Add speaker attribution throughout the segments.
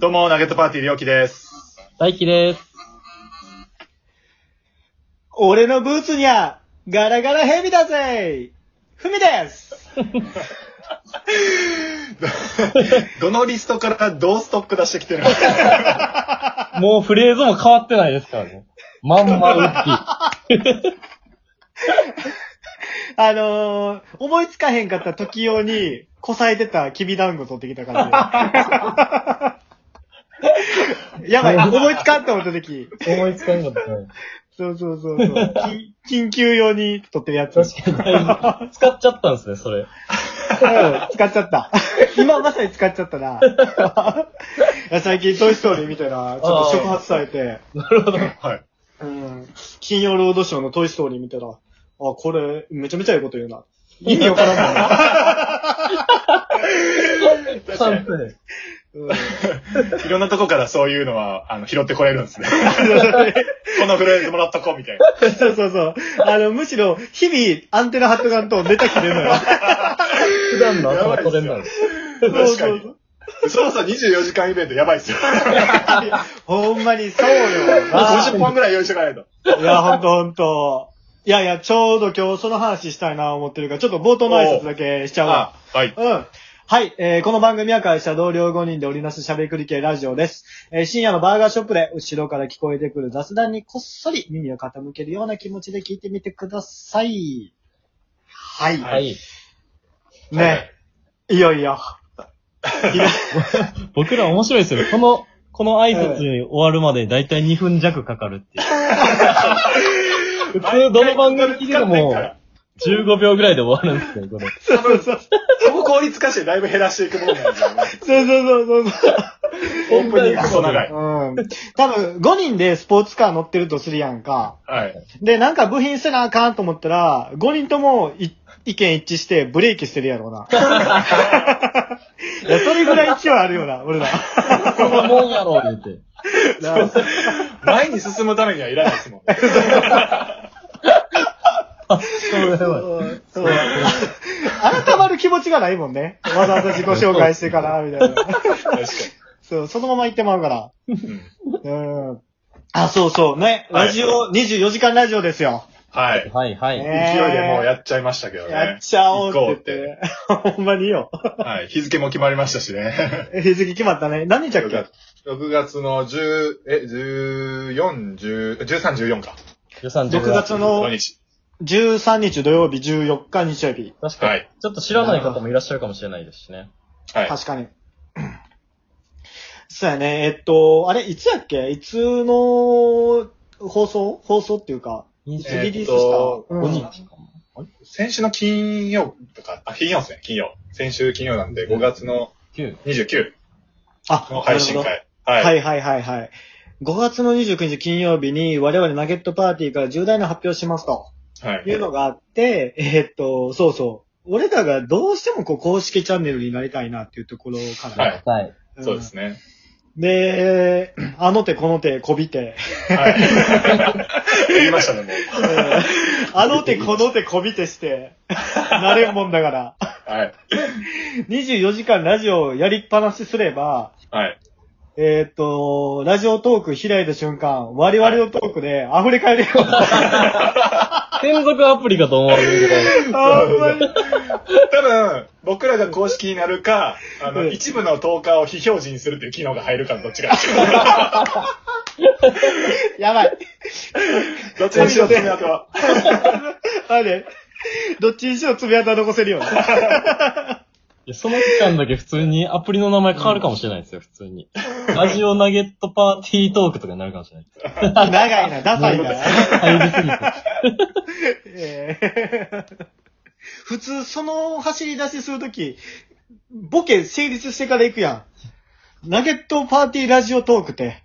Speaker 1: どうも、ナゲットパーティーりょうきです。
Speaker 2: 大輝 です。
Speaker 3: 俺のブーツにゃ、ガラガラヘビだぜふみです
Speaker 1: どのリストからどうストック出してきてるの
Speaker 2: もうフレーズも変わってないですからね。まんまウッディ。
Speaker 3: あのー、思いつかへんかった時用に、こさえてたきび団子取ってきたからね。やばい、思いつかんと思った時。
Speaker 2: 思いつかなかったね。
Speaker 3: そうそうそうそう。き緊急用に取ってるやつ。うん
Speaker 2: 確かにだいぶ。使っちゃったんですね、それ。
Speaker 3: 使っちゃった。今まさに使っちゃったな。 いや最近トイストーリーみたいな、ちょっと触発されて。
Speaker 2: なるほど。
Speaker 1: はい。
Speaker 3: うん金曜ロードショーのトイストーリー見たら、あ、これ、めちゃめちゃいいこと言うな。意味わからんない。
Speaker 2: 完成。
Speaker 3: うん
Speaker 1: いろんなとこからそういうのは、あの、拾ってこれるんです ね。このフレーズもらっとこう、みたいな。
Speaker 3: そうそうそう。あの、むしろ、日々、アンテナ張っとかんとネタ切れるのよ。
Speaker 2: 普段の頭トレンドなんです。
Speaker 1: 確か
Speaker 3: そう
Speaker 1: に
Speaker 3: そう。
Speaker 1: そうそう、24時間イベントやばいっすよ。
Speaker 3: ほんまにそうよ
Speaker 1: 50
Speaker 3: な。
Speaker 1: 本ぐらい用意してかないと。
Speaker 3: いや、ほんとほんと。いやいや、ちょうど今日その話したいな思ってるから、ちょっと冒頭の挨拶だけしちゃうわ。
Speaker 1: はい。
Speaker 3: うん。はい、えーこの番組は会社同僚5人で織りなす喋くり系ラジオです。えー深夜のバーガーショップで後ろから聞こえてくる雑談にこっそり耳を傾けるような気持ちで聞いてみてください。はい。
Speaker 2: はい。
Speaker 3: ね、い、よいよ。
Speaker 2: 僕ら面白いですよ。この、この挨拶に終わるまでだいたい2分弱かかる っていう。普通どの番組聞いてても15秒ぐらいで終わるんですね、これ。
Speaker 3: そうそうそう。
Speaker 1: そこ効率化してだいぶ減らしていくものなんです よね。
Speaker 3: そうそうそうそう。
Speaker 1: オープニングクソ長い。
Speaker 3: うん。多分、5人でスポーツカー乗ってるとするやんか。
Speaker 1: はい。
Speaker 3: で、なんか部品せなあかんと思ったら、5人ともい意見一致してブレーキしてるやろう な。いや、それぐらい一応あるよな、俺ら。
Speaker 2: こんなもんやろ、言って。
Speaker 1: 前に進むためにはいらないですもん。
Speaker 2: あ、そうやばい。
Speaker 3: そう。改まる気持ちがないもんね。わざわざ自己紹介してから、みたいな。
Speaker 1: 確か
Speaker 3: そう、そのまま行ってまうから。
Speaker 1: に。うん
Speaker 3: うん。あ、そうそう、ね。
Speaker 1: はい
Speaker 3: ラジオ、24時間ラジオですよ。
Speaker 1: はい。
Speaker 2: はい、はい。
Speaker 3: ね
Speaker 1: 勢いでもうやっちゃいましたけど
Speaker 3: や
Speaker 1: ね
Speaker 3: っ。ちゃおう
Speaker 1: 行こうっ
Speaker 3: って
Speaker 1: て
Speaker 3: 言って。ほんまにいいよ。
Speaker 1: はい。日付も決まりましたしね。
Speaker 3: 日付決まったね。何日だっけ
Speaker 1: 6月の10、え、14、10、13、14か。
Speaker 2: 13
Speaker 3: ?6 月の
Speaker 1: 土日。
Speaker 3: 13日土曜日、14日日曜日。
Speaker 2: 確かに、
Speaker 1: はい。
Speaker 2: ちょっと知らない方もいらっしゃるかもしれないですしね。
Speaker 1: はい。
Speaker 3: 確かに。そうやね。えっと、あれ、いつやっけいつの放送放送っていうか、いつ
Speaker 1: え
Speaker 3: リ
Speaker 1: ー
Speaker 3: リ
Speaker 1: っ
Speaker 3: ースした、
Speaker 1: と
Speaker 3: う
Speaker 2: 5
Speaker 3: ん
Speaker 2: 日かも。
Speaker 1: 先週の金曜とか、あ、金曜ですね、金曜。先週金曜なんで、5月の
Speaker 2: 9。
Speaker 1: 29
Speaker 3: あ、
Speaker 1: の配信
Speaker 3: なる
Speaker 1: 会。はい。
Speaker 3: ほど。はいはいはいはい。5月の29日金曜日に我々ナゲットパーティーから重大な発表をしますと
Speaker 1: はい
Speaker 3: いうのがあって、えっと、そうそう。俺らがどうしてもこう公式チャンネルになりたいなっていうところから。
Speaker 1: はい
Speaker 2: はい。
Speaker 3: ん
Speaker 1: そうで。すね。
Speaker 3: で、あの手この手こ びて、
Speaker 1: はい。 言いましたね、もう。
Speaker 3: あの手この手こびてして、なれんもんだから。
Speaker 1: はい。
Speaker 3: 24時間ラジオをやりっぱなしすれば、
Speaker 1: はい。
Speaker 3: えーっ、と、ラジオトーク開いた瞬間、我々のトークで溢れ返るよ。
Speaker 2: 専属アプリかと思われるぐらい。
Speaker 3: あんまり。
Speaker 1: 多分、僕らが公式になるか、あの、
Speaker 3: うん
Speaker 1: 一部の10日を非表示にするっていう機能が入るかのどっち か。
Speaker 3: やばい。
Speaker 1: どっちにしろ爪痕は。
Speaker 3: あれ、どっちにしろ爪痕は残せるよね。
Speaker 2: いやその期間だけ普通にアプリの名前変わるかもしれないですよ、普通に。ラジオナゲットパーティートークとかになるかもしれない。
Speaker 3: 長いな、ダサいな。
Speaker 2: 入りすぎて。
Speaker 3: えー普通、その走り出しするとき、ボケ成立してから行くやん。ナゲットパーティーラジオトークって。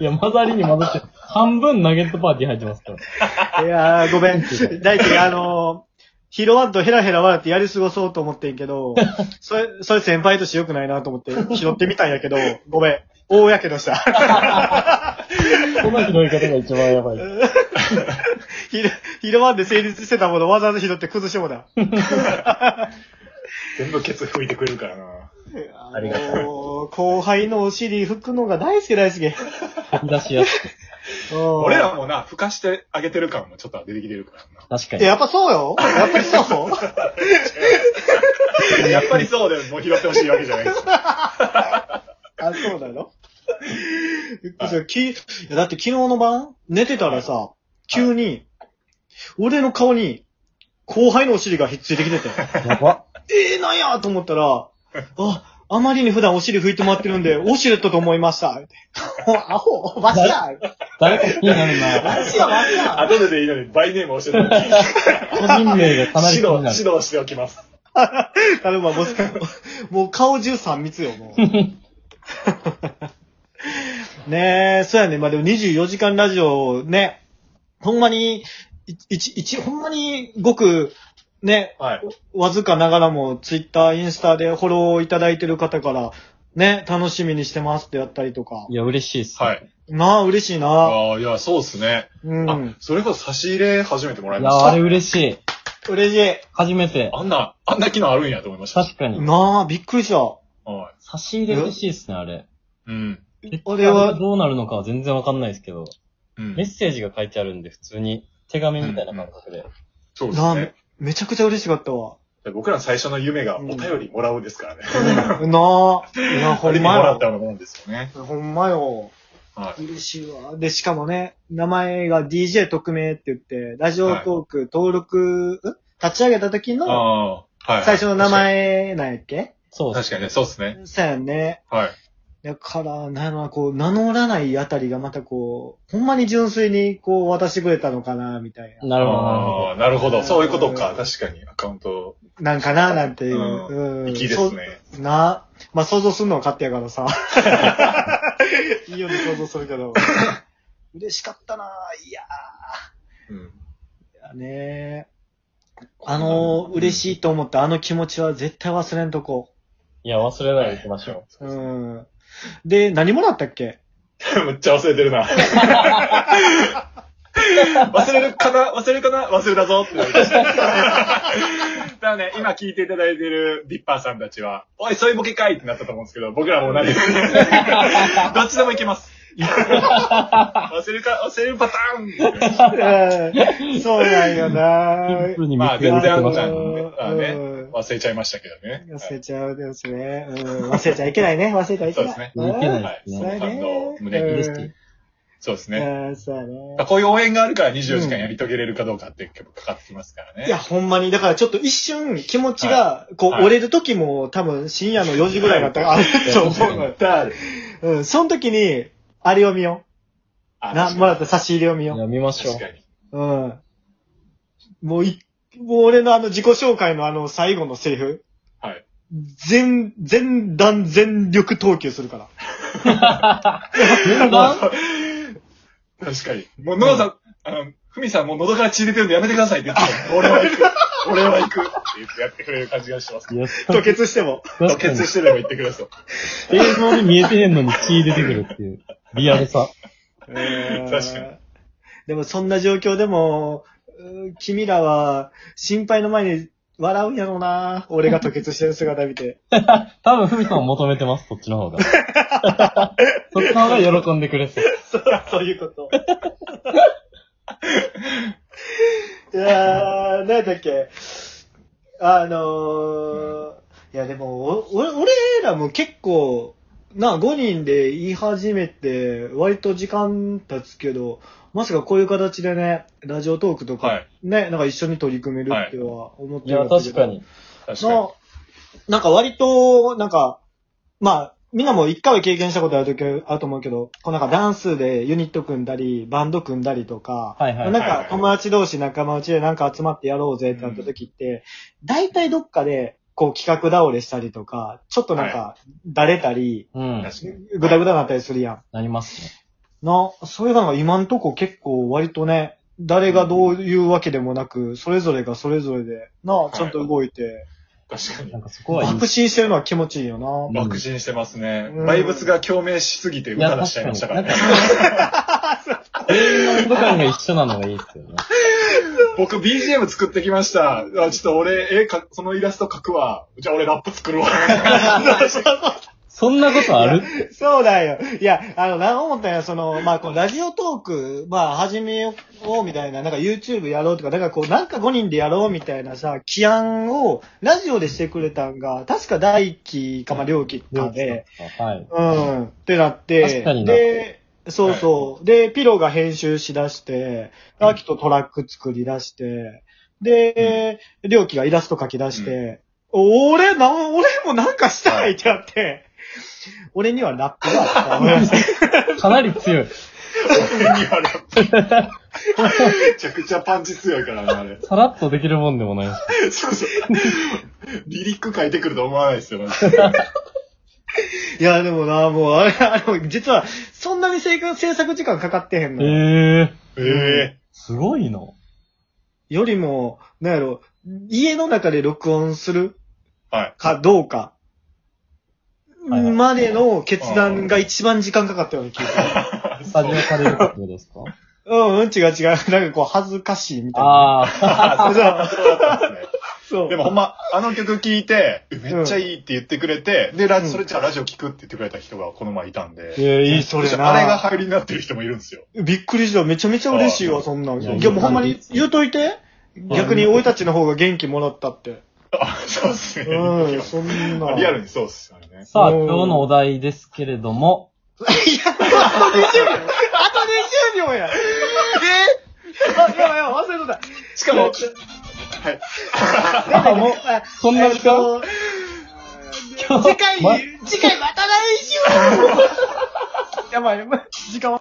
Speaker 2: いや、混ざりに混ざって、半分ナゲットパーティー入ってますから。
Speaker 3: いやー、ごめん。大輝、あのー、ヒロワンとヘラヘラ笑ってやり過ごそうと思ってんけど、それ、それ先輩として良くないなと思って拾ってみたんやけど、ごめん。大やけどした。
Speaker 2: この拾い方が一番やばい。
Speaker 3: ヒロヒロワンで成立してたものわざわざ拾って崩してもだ。
Speaker 1: 全部ケツ拭いてくれるからな。
Speaker 2: ありがたい
Speaker 3: もう後輩のお尻拭くのが大好き大好き。
Speaker 2: 吐き出しやすく。
Speaker 1: 俺
Speaker 3: 俺
Speaker 1: らもな、吹かしてあげてる感もちょっとは出てきてるから
Speaker 2: 確か
Speaker 3: いや
Speaker 2: に。
Speaker 3: やっぱそうよ。やっぱり そう。
Speaker 1: な。やっぱりそうでもう拾ってほしいわけじゃないです。
Speaker 3: あ、そうなのびっくりした きいやだって昨日の晩、寝てたらさ、急に、俺の顔に、後輩のお尻がひっついてき てて、
Speaker 2: やば。
Speaker 3: ええー、なんやと思ったら、あ、あまりに普段お尻拭いてもらってるんで、オシュレットと思いました。ってお アホ、わしや
Speaker 2: 誰か気になるな。
Speaker 3: わしや、わしや
Speaker 1: 後ででいいのに、バイネーム教えてもらっていい
Speaker 2: 個人名がかなり気
Speaker 1: 指
Speaker 2: にな
Speaker 1: 導、
Speaker 2: る。
Speaker 1: 指導しておきます。
Speaker 3: 頼むわもう、もう顔中三密よ、もう。 ねえ、そうやね。まあ、でも24時間ラジオね、ほんまに、い一、一、ほんまにごく、ね、
Speaker 1: はい。
Speaker 3: わずかながらも、ツイッター、インスタでフォローいただいてる方から、ね、楽しみにしてますってやったりとか
Speaker 2: い。や、嬉しいっす。。
Speaker 1: はいい。
Speaker 3: なあ、嬉しいな。
Speaker 1: ああ、いや、そうっすね。
Speaker 3: うん。
Speaker 1: あ、それこそ差し入れ初めてもらい
Speaker 2: い
Speaker 1: まし
Speaker 2: や、あ
Speaker 1: た。
Speaker 2: れ嬉しい。
Speaker 3: 嬉し
Speaker 2: 初めて。
Speaker 1: あんな、あんな機能あるんやと思いました。
Speaker 2: 確か
Speaker 3: い。
Speaker 2: に。
Speaker 3: なあ、びっくりした。
Speaker 1: は
Speaker 2: 差し入れ嬉しいっすね、あれ。
Speaker 1: い。うん。
Speaker 3: あれは、
Speaker 2: どうなるのかは全然わかんないですけど、
Speaker 1: うん
Speaker 2: メッ。セージが書いてあるんで、普通に手紙みたいな感覚で。
Speaker 1: そうです
Speaker 3: なあ、
Speaker 1: ね
Speaker 3: め。めちゃくちゃ嬉しかったわ。
Speaker 1: 僕らの最初の夢がお便りもらうですからね。
Speaker 3: なあ。いや、ほ
Speaker 1: ある
Speaker 3: ん
Speaker 1: 意味
Speaker 3: ま
Speaker 1: もらっ
Speaker 3: よ
Speaker 1: た。ようなもんですよね。
Speaker 3: ほんまよ。
Speaker 1: は
Speaker 3: 嬉しいわ。で、しかもね、名前が DJ 特命って言って、ラジオトーク登録、ん立ち上げた時
Speaker 1: い。
Speaker 3: の
Speaker 1: ああ、はい。
Speaker 3: 最初の名。前なんやっけ
Speaker 2: そうっ
Speaker 1: 確
Speaker 2: す。
Speaker 1: かにね、そうですね。
Speaker 3: そうやんね。
Speaker 1: はい。
Speaker 3: だから、なんやろな、こう、名乗らないあたりがまたこう、ほんまに純粋にこう、渡してくれたのかな、みたいな。
Speaker 2: なるほど、なるほ
Speaker 1: ああ、なるほど。そういうことか。確かに、アカウント、
Speaker 3: なんかな、なんていう。
Speaker 1: うん
Speaker 3: うん
Speaker 1: いきですね。
Speaker 3: そなまあ、想像するのは勝手 やからさ。いいように想像するけど。嬉しかったないや
Speaker 1: うん。
Speaker 3: ーねあのー、嬉しいと思ったあの気持ちは絶対忘れんとこ。
Speaker 2: ど。いや、忘れないでいきましょ
Speaker 1: そううそう
Speaker 3: うん。で、何もらったっ け
Speaker 1: むっちゃ忘れてるな。忘れるかな忘れるかな忘れたぞって言われて。だからね、今聞いていただいてるディッパーさんたちは、おい、そういうボケかいってなったと思うんですけど、僕らも同じ です。どっちでもいけます。忘れるか、忘れるパターン
Speaker 3: うんそうなんよ
Speaker 2: う。
Speaker 3: な
Speaker 2: シンプルに見
Speaker 1: ま
Speaker 2: つ
Speaker 1: あ、
Speaker 2: けら
Speaker 1: 全
Speaker 2: れて
Speaker 1: 然あ
Speaker 2: ま
Speaker 1: の
Speaker 2: し
Speaker 1: ち
Speaker 2: た
Speaker 1: ゃんあ
Speaker 2: ね
Speaker 1: ね
Speaker 3: うん、
Speaker 1: 忘れちゃいましたけどね。
Speaker 3: 忘れちゃうですね。うん。忘れちゃいけないね。忘れちゃいけない。
Speaker 1: そうですね
Speaker 2: いけない
Speaker 1: はい。
Speaker 2: ね
Speaker 1: そ
Speaker 3: そう
Speaker 1: の
Speaker 3: や
Speaker 1: 感動
Speaker 3: ね
Speaker 1: を。胸に。
Speaker 2: 嬉しい。
Speaker 1: そうですね。
Speaker 3: うん、そうやね。
Speaker 1: こういう応援があるから24時間やり遂げれるかどうかって結構かかってきますからね。
Speaker 3: いや、ほんまに、だからちょっと一瞬気持ちが、こう、
Speaker 1: はい
Speaker 3: 折れる時も多分深夜の4時ぐらいだったら、あると思うのよ。
Speaker 1: 誰
Speaker 3: うん、その時に、あれを見よう。
Speaker 1: あ
Speaker 3: な、もらった差し入れを見
Speaker 2: いや、
Speaker 3: よ
Speaker 2: 見ましょ
Speaker 1: 確か
Speaker 2: う。
Speaker 1: に。
Speaker 3: う。うん。もうい、もう俺のあの自己紹介のあの最後のセリフ、
Speaker 1: はい。
Speaker 3: 全、全弾全力投球するから。
Speaker 2: 順番
Speaker 1: 確かに。もう、ノアさん、あの、ふみさんもう喉から血出てるんでやめてくださいって言ってたの、俺は行く。俺は行く。って言ってやってくれる感じがします。
Speaker 2: いや、
Speaker 3: 吐血しても。
Speaker 1: 吐
Speaker 2: 確かに
Speaker 1: 血。してでも言ってください。
Speaker 2: 映像で見えてへんのに血出てくるっていう。リアルさ。
Speaker 1: 確かに
Speaker 3: でもそんな状況でも、うー君らは心配の前に笑うんやろうな俺が吐血してる姿見て。
Speaker 2: 多分、ふみさんを求めてます、そっちの方 が。そっちの方が喜んでくれそう。
Speaker 3: そう、 そういうこと。いやー、なんだっけ。あのー、いやでも、お俺俺らも結構、なあ、5人で言い始めて、割と時間経つけど、まさかこういう形でね、ラジオトークと
Speaker 1: は
Speaker 3: か
Speaker 1: い、
Speaker 3: ね、なんか一緒に取り組めるっては思っ
Speaker 2: い
Speaker 3: てな
Speaker 2: や、
Speaker 3: かったけ
Speaker 2: 確か
Speaker 3: ど
Speaker 2: に。
Speaker 1: 確かに。
Speaker 3: の、なんか割と、なんか、まあ、みんなも一回は経験したことあるときあると思うけど、こうなんかダンスでユニット組んだり、バンド組んだりとか、
Speaker 2: はいはいはい
Speaker 3: なんか友達同士仲間内でなんか集まってやろうぜってなった時って、大体どっかで、こう企画倒れしたりとか、ちょっとなんか、だれたり、
Speaker 2: うん。
Speaker 1: 確かに。
Speaker 3: ぐだぐだなったりするやん。
Speaker 2: なりますね。
Speaker 3: な、そういうのが今んとこ結構割とね、誰がどういうわけでもなく、それぞれがそれぞれで、な、ちゃんと動いて、
Speaker 1: 確かに
Speaker 2: な。んかそこはいい。
Speaker 3: 爆心してるのは気持ちいいよな。
Speaker 1: 爆心してますね
Speaker 3: うん。
Speaker 1: バイブスが共鳴しすぎて
Speaker 2: いや、
Speaker 1: 歌出し
Speaker 2: 確
Speaker 1: ちゃい
Speaker 2: か
Speaker 1: ま
Speaker 2: に。
Speaker 1: したか
Speaker 2: な
Speaker 1: ら
Speaker 2: ん
Speaker 1: ね
Speaker 2: か。全員の温度感が一緒なのがいいですよね。
Speaker 1: 僕 BGM 作ってきました。あちょっと俺、絵か、そのイラスト描くわ。じゃあ俺ラップ作るわ。
Speaker 2: そんなことある
Speaker 3: そうだよ。いや、あの、な、思ったんや、その、まあ、このラジオトーク、まあ、始めようみたいな、なんか YouTube やろうとか、なんかこう、なんか5人でやろうみたいなさ、起案を、ラジオでしてくれたんが、確か第一期か、まあ、両期かで、
Speaker 2: はい。
Speaker 3: うん、ってなって、
Speaker 2: 確かにな
Speaker 3: で、そうそう、で、ピロが編集しだして、アキとトラック作り出して、で、りょうきがイラスト描き出して、俺な、俺もなんかしたいってなって、俺にはラップがあっ た。
Speaker 2: かなり強い。
Speaker 1: 俺にはラップ。めちゃくちゃパンチ強いからな、あれ。
Speaker 2: さらっとできるもんでもないし。
Speaker 1: そうそう。リリック書いてくると思わないですよ、マジで
Speaker 3: いや、でもな、もう、あれ、あの、実は、そんなに制作制作時間かかってへんのよ。
Speaker 2: ええ
Speaker 1: ええ
Speaker 2: すごいな。
Speaker 3: よりも、なんやろ、家の中で録音する
Speaker 1: はい。
Speaker 3: かどうか、
Speaker 2: はいはい
Speaker 3: までの決断が一番時間かかったような気がする。
Speaker 2: スタジオされるってことですか
Speaker 3: うん、うん、違う 違う。なんかこう、恥ずかしいみたいな。
Speaker 2: ああ。
Speaker 1: あ、そうだったんですね。
Speaker 3: そう。
Speaker 1: でもほんま、あの曲聴いて、めっちゃいいって言ってくれて、で、ラジそれじゃあラジオ聴くって言ってくれた人がこの前いたんで。
Speaker 2: ええいいっす。
Speaker 3: それな。
Speaker 1: あれが入りになってる人もいるんですよ。
Speaker 3: びっくりした。めちゃめちゃ嬉しいわ、そんなん。
Speaker 2: い
Speaker 3: い
Speaker 2: や
Speaker 3: や、もうほんまに言うといて。
Speaker 2: ん
Speaker 3: 逆に俺たちの方が元気もらったって。
Speaker 1: あ、そうっすね。
Speaker 3: うん、そん な。
Speaker 1: リアルにそうっすよね。
Speaker 2: さあ、今日のお題ですけれども、
Speaker 3: いや、あと20秒あと20秒やえー、あ、やばいやばい、忘れとった。
Speaker 1: しかも、はい。
Speaker 2: あもう
Speaker 3: あ
Speaker 2: そんな時間
Speaker 3: えっと
Speaker 2: 今日、
Speaker 3: 次
Speaker 2: ま
Speaker 3: 回、次回また来週やばい、時間は。